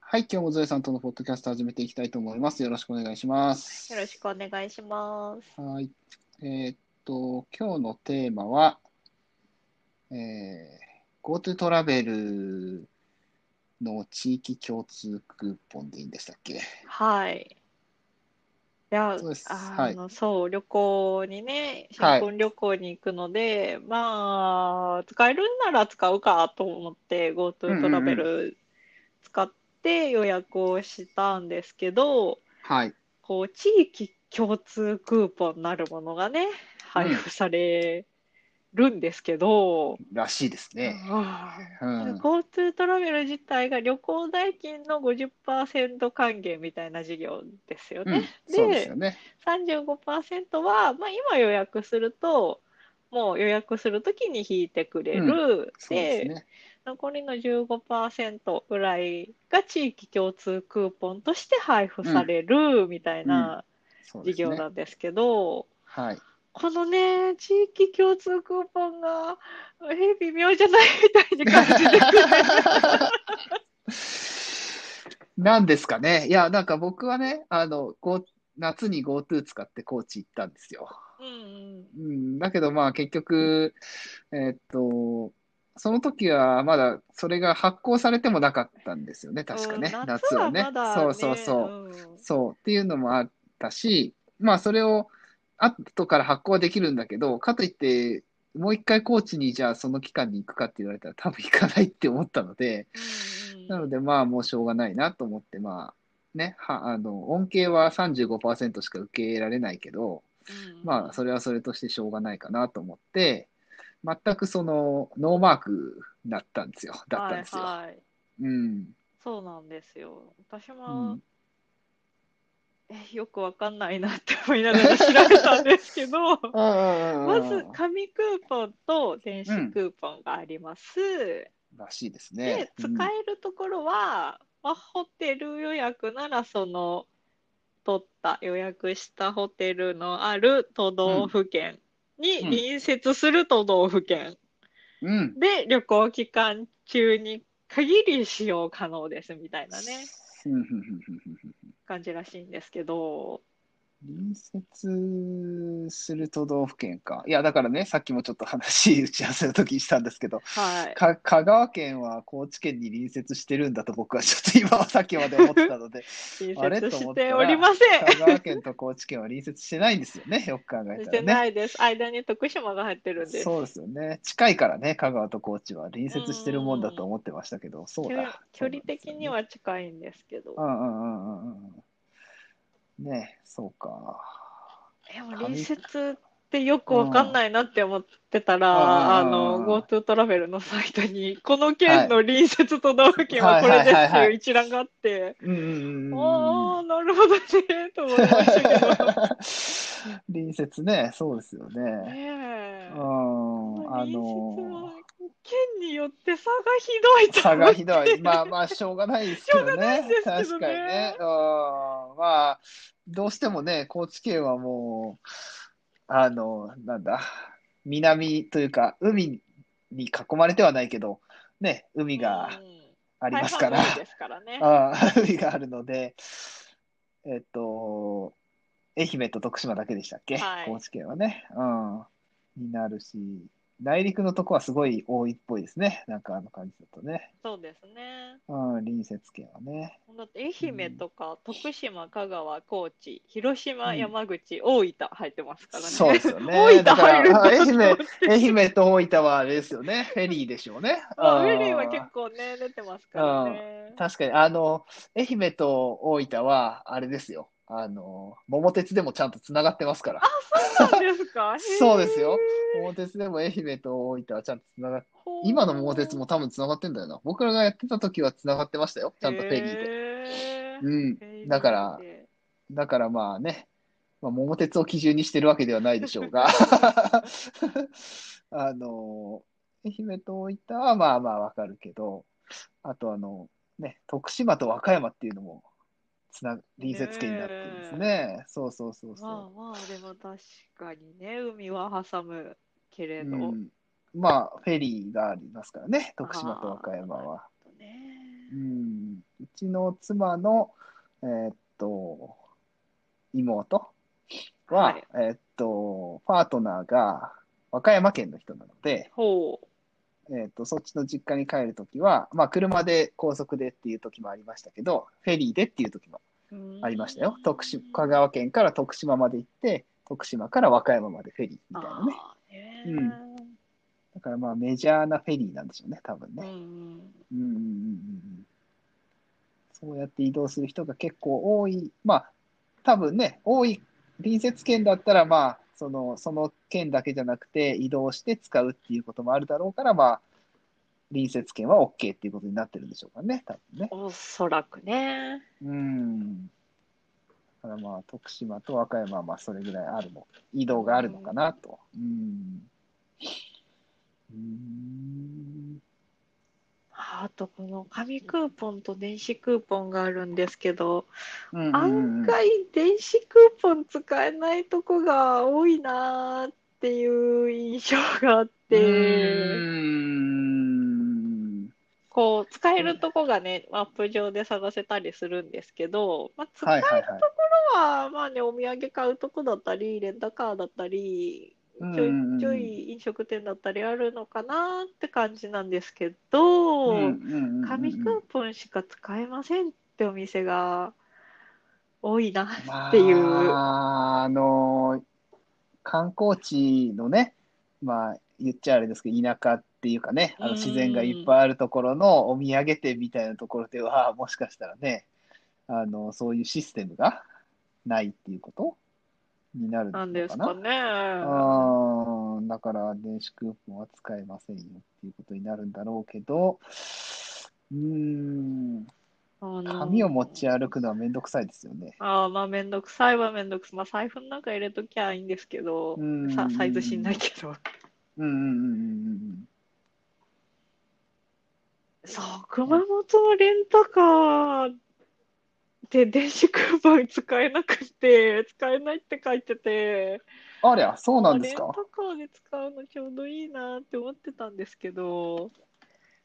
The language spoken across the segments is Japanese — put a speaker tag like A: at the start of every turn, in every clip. A: はい、今日もゾエさんとのポッドキャスト始めていきたいと思います。よろしくお願いします。
B: よろしくお願いします。
A: はい。えーっと、今日のテーマは、えー、GoTo トラベルの地域共通クーポンでいいんでしたっけ
B: はい。いや、
A: そうです
B: あの、そう、旅行にね、新婚旅行に行くので、まあ、使えるなら使うかと思って、
A: うんうん
B: GoTo トラベル使って予約をしたんですけど、
A: はい。
B: こう、地域共通クーポンなるものがね、配布されるんですけど、
A: らしいですね。
B: あー
A: うん。
B: GoTo トラベル自体が旅行代金の50%還元みたいな事業ですよ
A: うん
B: ね。
A: そうですよね。
B: 35%は、まあ、今予約すると、もう予約するときに引いてくれる。
A: そうです
B: で、
A: ね。
B: 残りの15%ぐらいが地域共通クーポンとして配布されるみたいな
A: そうで
B: 事
A: す
B: 業
A: ね。
B: なんですけど、
A: はい。
B: このね、地域共通クーポンが、え、微妙じゃないみたいに感 じてくる。
A: なんですかね。いや、なんか僕はね、あの、Go- 夏に GoTo 使って高知行ったんですよ。
B: うんうん
A: うん、だけどまあ結局、えーっと、その時はまだそれが発行されてもなかったんですよね、確かね、
B: うん
A: 夏はね。
B: まだ
A: そうそうそう。
B: ね
A: そうっていうのもあったし、まあそれを後から発行はできるんだけど、かといって、もう一回高知にじゃあその期間に行くかって言われたら多分行かないって思ったので、
B: うん
A: なのでまあもうしょうがないなと思って、まあね、は、あの、恩恵は35%しか受け入れられないけど、
B: うん
A: まあ、それはそれとしてしょうがないかなと思って、全くその、ノーマークだったんですよ。だったんですよ。
B: はいはい
A: うん。
B: そうなんですよ。私
A: う
B: も
A: ん、
B: えよくわかんないなって思いながら調べたんですけ ど、まず紙クーポンと電子クーポンがあります。
A: らしいです
B: で
A: ね。、
B: 使
A: うん
B: えるところは、まあ、ホテル予約ならその取った予約したホテルのある都道府県に
A: うん
B: 隣接する都道府県
A: うん。
B: で旅行期間中に限り使用可能ですみたいなね
A: うんうんうんうんうん
B: 感じらしいんですけど、
A: 隣接する都道府県か。いや、だからね、さっきもちょっと話、打ち合わせの時にしたんですけど、
B: は い、
A: か香川県は高知県に隣接してるんだと僕はちょっと今はさっきまで思ってたの で、あ
B: 隣
A: れ
B: 接
A: と思った
B: して
A: ら
B: おりませ
A: 香川県と高知県は隣接してないんですよね、よく考えたら
B: ん。
A: ね。
B: してないです。間に徳島が入ってるんです。
A: そうですよね。近いからね、香川と高知は隣接してるもんだと思ってましたけど、そう
B: 距離
A: だ。
B: 距離的には近いんですけど
A: う。んうんうんうんうん。ね、そうか。
B: でも
A: 紙
B: 隣接ってよくわかんないなって思ってたら、
A: うん
B: あ
A: う
B: の
A: ん
B: GoTo トラベルのサイトに、この県の隣接都道府県はこれです
A: はいはい
B: って
A: はい
B: い
A: は
B: う一覧があって、
A: うんうんうんうん
B: ああ、なるほどね、と思いましたけど。ね
A: 隣接ね、そうですよね。
B: え
A: う。ん、あ
B: 隣接は
A: の、
B: 県によって差がひどいと
A: 差
B: 思
A: が
B: って
A: ひどい。まあまあ、しょうがないですけど
B: しょうがない
A: ね。
B: ですけどね
A: 確かにね。うん、まあ、どうしてもね、高知県はもう、あの、なんだ、南というか、海に囲まれてはないけど、ね、海が
B: うん
A: ありますから、
B: 大半海ですからね。
A: ああ海があるので、えっと、愛媛と徳島だけでしたっけ、
B: はい
A: 高知県はね。うん、になるし、内陸のとこはすごい多いっぽいですね。なんかあの感じだとね。
B: そうですね。
A: うん、隣接県はね。
B: だって愛媛とか徳島、香川、高知、広
A: う
B: 島、
A: ん
B: 山口、大分入ってますからね。
A: そうですよね。
B: 大分
A: だから
B: 入るん
A: あ愛媛
B: だと思って、
A: 愛媛と大分はあれですよ ね。フェリーでしょうね。
B: まあ、
A: う
B: ウ
A: ん
B: ェリーは結構ね、出てますからね。
A: 確かに、あの、愛媛と大分は、あれですよ。あの、桃鉄でもちゃんとつながってますから。
B: そうなんですか
A: そうですよ
B: へー
A: 桃鉄でも愛媛と大分はちゃんとつながって、今の桃鉄も多分つながってんだよな。僕らがやってた時はつながってましたよ。ちゃんとフェリーで。
B: へー
A: うん。
B: フェリーで。
A: だからだからまあね、まあ、桃鉄を基準にしてるわけではないでしょうが、 あの、愛媛と大分はまあまあわかるけど、あとあの、ね、徳島と和歌山っていうのも、つな、隣接県になってるんですね。そうそうそう
B: ま
A: そ
B: あまあ、でも確かにね、海は挟むけ
A: う。
B: れど。
A: うん、まあ、フェリーがありますからね、徳島と和歌山は。
B: ね
A: うん、ちの妻の、えーっと、妹は、
B: はい
A: えーっと、パートナーが和歌山県の人なので、
B: ほう。
A: えーっと、そっちの実家に帰るときは、まあ、車で高速でっていう時もありましたけど、フェリーでっていう時もありましたよ。徳島、香川県から徳島まで行って、徳島から和歌山までフェリーみたいなね。
B: あーね
A: うんだからまあメジャーなフェリーなんでしょうね、多分
B: うんう
A: ね。
B: ん
A: うんうんうんうん。そうやって移動する人が結構多い。まあ、多分ね、多い隣接県だったらまあ、その、その県だけじゃなくて移動して使うっていうこともあるだろうから、まあ、隣接県は OK っていうことになってるんでしょうかね、多分ね。
B: おそらくね。
A: うん。だからまあ、徳島と和歌山はまあ、それぐらいあるの、移動があるのかなと。うん。うん。
B: あとこの紙クーポンと電子クーポンがあるんですけど、
A: うんうんうん
B: 案外電子クーポン使えないとこが多いなーっていう印象があっ
A: う
B: て、
A: ーん
B: こう使えるとこがね、マップ上で探せたりするんですけど、まあ、使
A: はい
B: え
A: はいはい。
B: はまあね、お土産買うとこだったり、レンタカーだったり、ちょ
A: うんうんうん
B: いちょい飲食店だったりあるのかなって感じなんですけど、紙クーポンしか使えませんってお店が多いなっていう。
A: まあ、あの観光地のね、まあ、言っちゃあれですけど、田舎っていうかね、あの自然がいっぱいあるところのお土産店みたいなところでは、もしかしたらね、あのそういうシステムがないっていうことになるのか
B: な
A: な。
B: んですかね。
A: あ
B: あ
A: ーだから電子クーポンは使えませんよっていうことになるんだろうけど、うーん、
B: の
A: 紙を持ち歩くのはめんどくさいですよね。
B: ああ、まあ、めんどくさいはめんどくさい。まあ、財布の中入れときゃいいんですけど
A: う、ん
B: さ、サイズ知んないけど。
A: うんうんうんうん
B: そう、熊本のレンタカーで電子クーポン使えなくて、使えないって書いてて、
A: うん。ありゃ、そうなんです
B: レ
A: か
B: ン。タカーで使うのちょうどいいなって思ってたんですけど、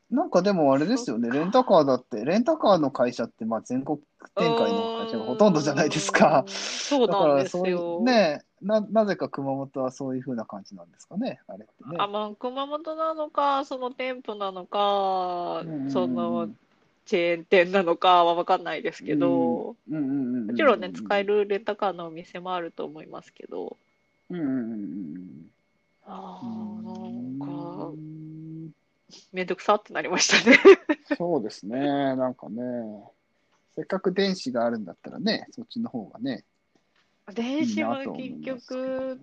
A: なんかでもあれですよね、
B: そっか
A: レンタカーだって、レンタカーの会社ってまあ全国展開の会社がほとんどじゃないですか
B: う。ーん。そう
A: だ
B: な
A: か
B: ん
A: ら
B: です
A: そういう
B: よ。
A: ねな、なぜか熊本はそういうふうな感じなんですかね、あれってね。
B: あ、まあ、熊本なのか、その店舗なのか
A: うんうんう、ん
B: そのチェーン店なのかは分かんないですけど、
A: うんうんうんうんうん
B: もちろんね、使えるレンタカーのお店もあると思いますけど、
A: うんうんうんうん。
B: あ
A: う
B: ーなんか、
A: ん
B: めんどくさってなりましたね。
A: そうですね、なんかね、せっかく電子があるんだったらね、そっちの方がね、
B: 電
A: いい
B: 子
A: な
B: も
A: と思い
B: 結
A: ますけど
B: 局、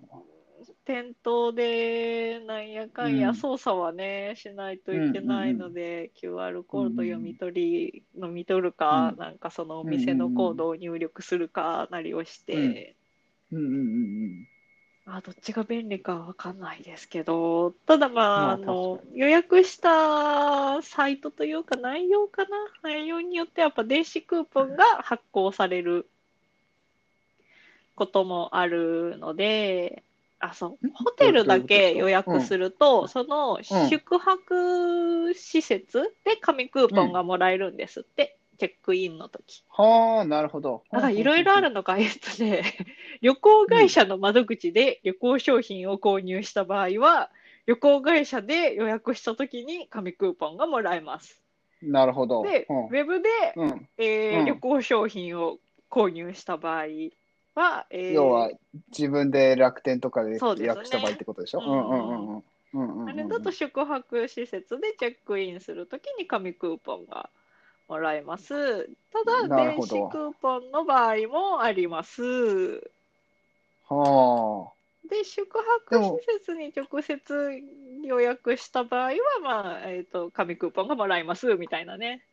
B: 店頭でなんやかん
A: う
B: や
A: ん
B: 操作はね、しないといけないので、QR コード読み取り、のみ取るか、
A: うん
B: なんかそのお店のコードを入力するかなりをして、
A: うんうんうん
B: あ、どっちが便利かわかんないですけど、ただまあ、
A: まあ
B: あの
A: 確、
B: 予約したサイトというか内容かな、内容によってやっぱ電子クーポンが発行されることもあるので、あ、そう、
A: ん
B: ホテル
A: ど
B: だ
A: ういうことです
B: け
A: か
B: 予約すると、その宿泊施設で紙クーポンがもらえるんですって、チェックインの時。
A: はあ、なるほど。
B: なんかいろいろあるのが、えっとね、 旅行会社の窓口で旅行商品を購入した場合は、旅行会社で予約したときに紙クーポンがもらえます。
A: なるほど。
B: で、ウェブで、
A: うんうん
B: えー
A: うん
B: 旅行商品を購入した場合は、えー
A: 要は自分で楽天とかで
B: そうです
A: 予
B: ね
A: 約した場合ってことでしょ。
B: うん
A: うんうんうんうんうんうんうん。
B: あれだと宿泊施設でチェックインするときに紙クーポンがもらえます。ただ、
A: なる
B: 電
A: ほ
B: 子
A: ど
B: クーポンの場合もあります。
A: は
B: で、宿
A: で
B: 泊
A: も
B: 施設に直接予約した場合は、まあ、えっ、と、紙クーポンがもらえます、みたいなね。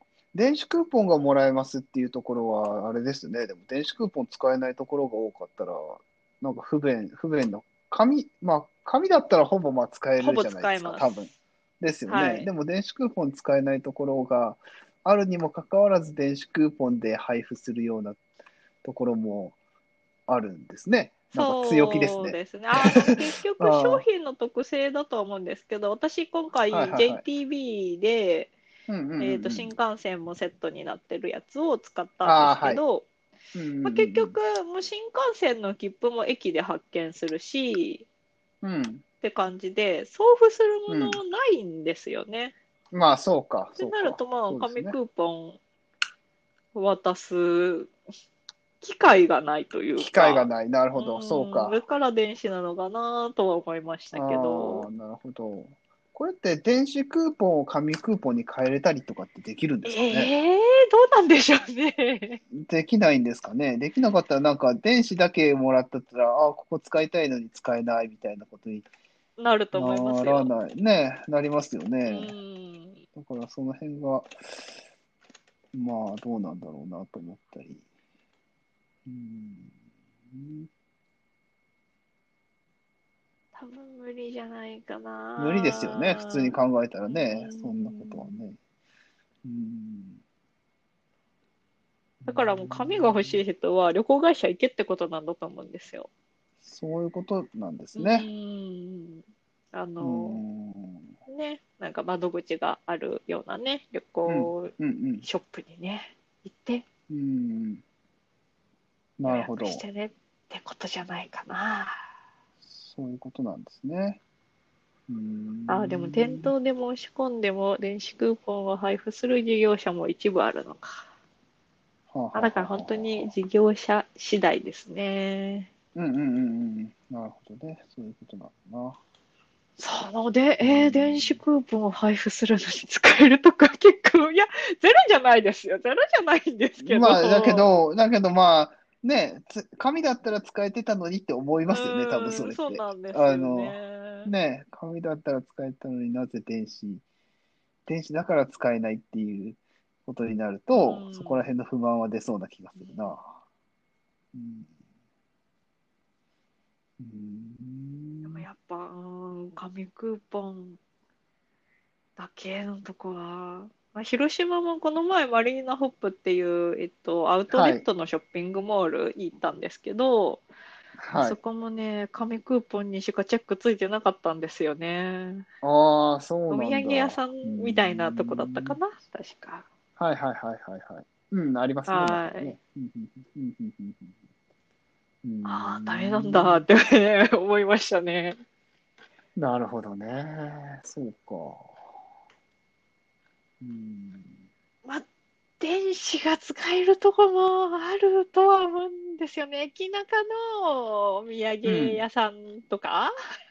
A: あ。電子クーポンがもらえますっていうところは、あれですね。でも電子クーポン使えないところが多かったら、なんか不便、不便な。紙、まあ、紙だったらほぼまあ使えるじ
B: ほ
A: ゃない
B: ぼ
A: です
B: 使え
A: か、
B: ます。
A: 多分。ですよね、
B: はい
A: でも電子クーポン使えないところがあるにもかかわらず電子クーポンで配布するようなところもあるんですね。なんか強気です
B: そう
A: ね。
B: ですね。あー結局、
A: あー
B: 商品の特性だと思うんですけど、私、今回
A: はいはいはい
B: JTB で、えー、と新幹線もセットになってるやつを使ったんですけど、まあ、結局もう新幹線の切符も駅で発券するし
A: うん、うん、
B: って感じで送付するものないんですよね。
A: まあそうか
B: って
A: そう
B: なると
A: か
B: まあ
A: そうです
B: 紙
A: ね
B: クーポン渡す機会がないというか
A: 機会がないなるほ
B: う
A: ど
B: ん
A: そうか
B: だから電子なのかなとは思いましたけ
A: あ
B: ど
A: ーなるほどこれって電子クーポンを紙クーポンに変えれたりとかってできるんですかね、
B: えー、どうなんでしょうね
A: できないんですかねできなかったらなんか電子だけもらったったらあここ使いたいのに使えないみたいなことに
B: なると思います
A: なら
B: よ。
A: ないねなりますよね、
B: うん
A: だからその辺がまあどうなんだろうなと思ったりうん
B: 多分無理じゃないかな。
A: 無理ですよね普通に考えたらね
B: うん
A: そんなことはねうん
B: だからもう紙が欲しい人は旅行会社行けってことなんだと思うんですよ。
A: そういうことなんです
B: う
A: ね。
B: んあ
A: う
B: の、
A: ん。
B: ね、なんか窓口があるようなね、旅行
A: うんうん。
B: ショップにね、行って、
A: うん。なるほど
B: 予。約してねってことじゃないかな。
A: そういうことなんですね。うん
B: ああ、でも店。頭で申し込んでも電子クーポンを配布する事業者も一部あるのか。
A: はあはあ
B: あだから本当に。事業者次第ですね。
A: うんうんうんうん。なるほどね。そういうことなんだな。
B: そので、えー電子クーポンを配布するのに使えるとか結構、いや、ゼロじゃないですよ。ゼロじゃないんですけど。
A: まあ、だけど、だけどまあ、ね、つ紙だったら使えてたのにって思いますよね、多分それ
B: うん
A: っ
B: そう
A: て。
B: なんですよ
A: あの
B: ね。
A: ね、紙だったら使えたのになぜ電子、電子だから使えないっていうことになると、
B: うん
A: そこら辺の不満は出そうな気がするな。うん。う
B: でも
A: ん、
B: やっぱ、うん、紙クーポンだけのとこは、まあ、広島もこの前マリーナホップっていう、えっと、アウトレットのショッピングモールに行ったんですけど、
A: はい
B: そ。こもね、紙クーポンにしかチェックついてなかったんですよね。
A: ああ、そう
B: お
A: なんだ。
B: 土産屋さんみたいなとこだったかな、確か。
A: はいはいはいはいはい。うん、ありますね。
B: はい
A: なんかねうんうんうんうんうんうんうん
B: ああ、ダメなんだって、ね、思いましたね。
A: なるほどね。そうか。うん。
B: まあ、電子が使えるとこもあるとは思うんですよね。駅中のお土産屋さんとか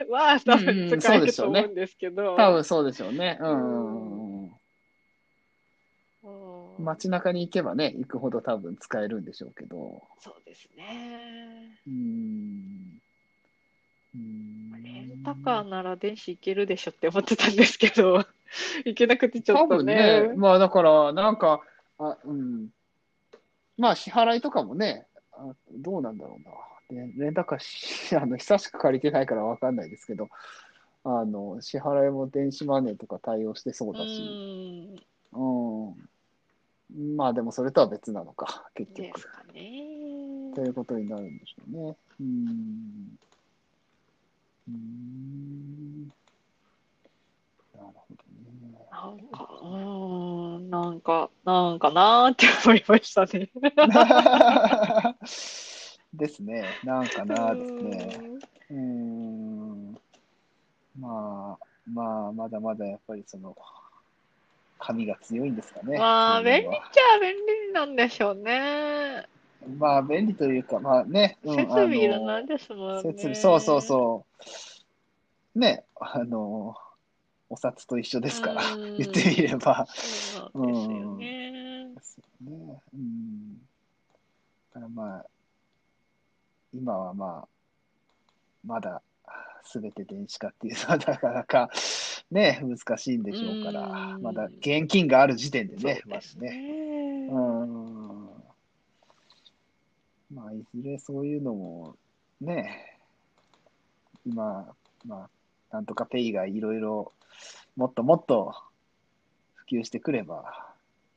B: は多
A: う
B: 分
A: んうん
B: 使
A: そ
B: え
A: うで
B: る
A: しょ
B: と
A: うね
B: 思うんですけど、
A: 多分そうでしょうね。うんうんうんうん。
B: うん
A: 街中に行けばね、行くほど多分使えるんでしょうけど。
B: そうですね。
A: うん。うん
B: レンタカーなら電子いけるでしょって思ってたんですけど、 いけなくてちょ
A: 多
B: っと
A: 分
B: ね
A: ね、。まあだから、なんか、あうん、まあ支払いとかもね、あどうなんだろうな。でレンタカーし あの、久しく借りてないからわかんないですけど、あの、支払いも電子マネーとか対応してそうだし、
B: うん、
A: うん。まあでもそれとは別なのか、結
B: で
A: 局
B: す。かね。
A: ということになるんでしょうね。うん。うん。なるほどね。
B: なんか、うん、なんか、なんかなーって思いました ね。
A: ですね。なんかなですね。
B: う
A: うーん。
B: ん
A: まあ、まあ、まだまだやっぱりその、紙が強いんですかね。
B: まあ、
A: そういう
B: 便利
A: の
B: っ
A: は
B: ちゃ便利なんでしょうね。
A: まあ、便利というか、まあね、うん
B: 設備いら
A: あ
B: な
A: の
B: いですもんね。
A: 設備、そうそうそう。ね、あの、お札と一緒ですから、
B: うん
A: 言ってみれば。
B: そうなんですよね。
A: ですよね。うん。だからまあ、今はまあ、まだ全て電子化っていうのはなかなかね、難しいんでしょうから、
B: うん
A: まだ現金がある時点でね、
B: そう
A: ま
B: で
A: ず
B: す
A: ね。
B: ね
A: う。ん。まあ、いずれそういうのも、ね、今、まあ、なんとかペイがいろいろ、もっともっと普及してくれば、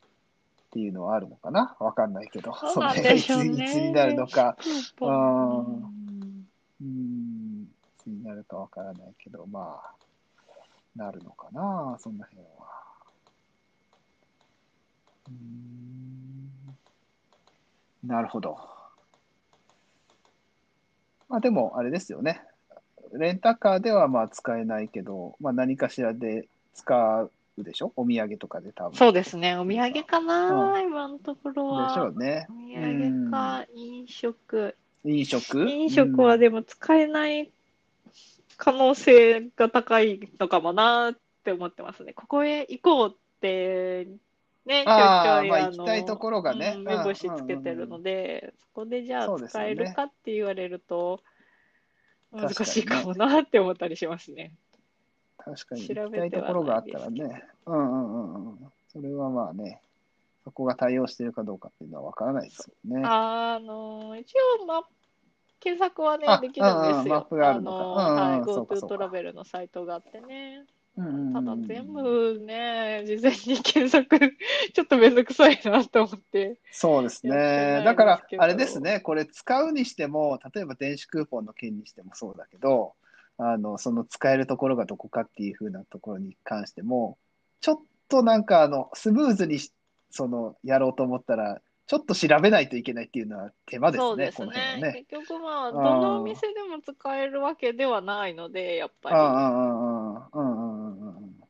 A: っていうのはあるのかなわかんないけど、
B: そうなん
A: れがい
B: で
A: つ
B: しょうね
A: いつになるのか、
B: クーポン
A: うん、いつになるかわからないけど、まあ、なるのかなそんな辺は。うーんなるほど。まあでも、あれですよね。レンタカーではまあ使えないけど、まあ何かしらで使うでしょお土産とかで多分。
B: そうですね。お土産かな、今のところは。
A: でしょうね
B: お。土産か、飲食。
A: うん。飲食
B: 飲食は
A: うん
B: でも使えない可能性が高いのかもなって思ってますね。ここへ行こうって、ね、ちょいちょ
A: ああ、
B: い
A: まあ
B: あ
A: 行きたいと
B: の、
A: ころがね。
B: う
A: うんん
B: 目星つけてるので、そこでじゃあ
A: そうですよ
B: 使
A: ね
B: えるかって言われると、
A: 確かに
B: 難
A: ね
B: しいかもなって思ったりしますね。
A: 確かに
B: 調べては
A: 行きたいところがあったら
B: ない
A: ね。うんうんうんうん。それはまあね、そこが対応してるかどうかっていうのは分からないですよね。
B: あの、一応、ま、検索はね
A: あ、
B: できるん
A: うんう
B: で
A: ん
B: す
A: マッ
B: よ。
A: プがあるのかうん
B: の、
A: うん
B: はい、
A: そうかそうか
B: GoTo トラベルのサイトがあってね。
A: うんうんうん
B: ただ全部ね、事前に検索、 ちょっとめんどくさいなと思って。
A: そうです
B: やってないで
A: ね。
B: す
A: だから
B: け、ど
A: あれですね、これ使うにしても、例えば電子クーポンの件にしてもそうだけど、あの、その使えるところがどこかっていう風なところに関しても、ちょっとなんかあの、スムーズにし、その、やろうと思ったら、ちょっと調べないといけないっていうのは手間です
B: そう
A: ね、
B: で
A: こ
B: す
A: の辺はね。
B: ね。結局まあ、
A: ん
B: どのお店でも使えるわけではないので、やっ
A: うんう
B: ぱ
A: んうんうんうんうんうんうん。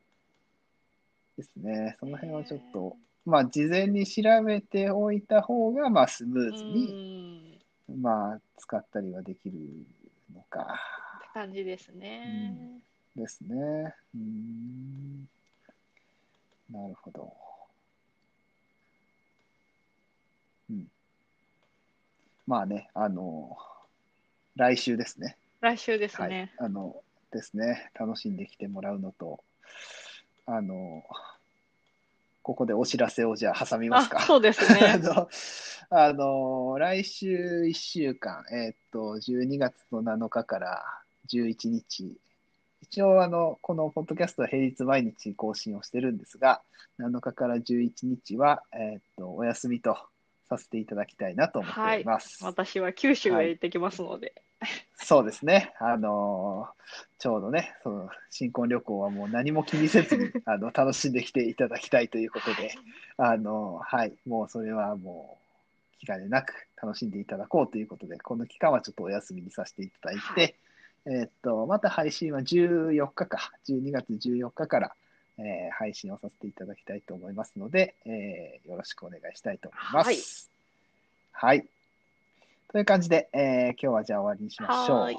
A: ですね。そ
B: り。
A: の辺はちょっと、まあ、事前に調べておいた方が、まあ、スム
B: う
A: ーズに、
B: ん。って
A: まあ、使ったりはできるのか。
B: 感じですね。
A: ですね。うーん。なるほど。うん。まあね、あの、来週ですね。
B: 来週です
A: はい。
B: ね。
A: あの、ですね。楽しんできてもらうのと、あの、ここでお知らせをじゃあ挟みますか
B: あ、。そうです
A: あ
B: ね。
A: の、あの来週1週間、えーっと、12月の7日から11日、一応、あの、このポッドキャストは平日毎日更新をしてるんですが、7日から11日は、えーっと、お休みとさせていただきたいなと思っております。
B: 私は九州へ行ってきますので。
A: そうですね。あのちょうどね、その新婚旅行はもう何も気にせず にあの楽しんできていただきたいということで、あのはい、もうそれはもう気兼ねなく楽しんでいただこうということで、この期間はちょっとお休みにさせていただい
B: は
A: て、えーっと、また配信は14日か、12月14日から、えー配信をさせていただきたいと思いますので、えーよろしくお願いしたいと思います。はい。という感じで、えー今日はじゃあ終わりにしましょう。
B: はーい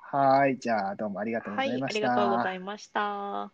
A: はーい。じゃあ、どうもありがとうご
B: は
A: ざい
B: い、あ
A: まし
B: り
A: た。
B: がとうございました。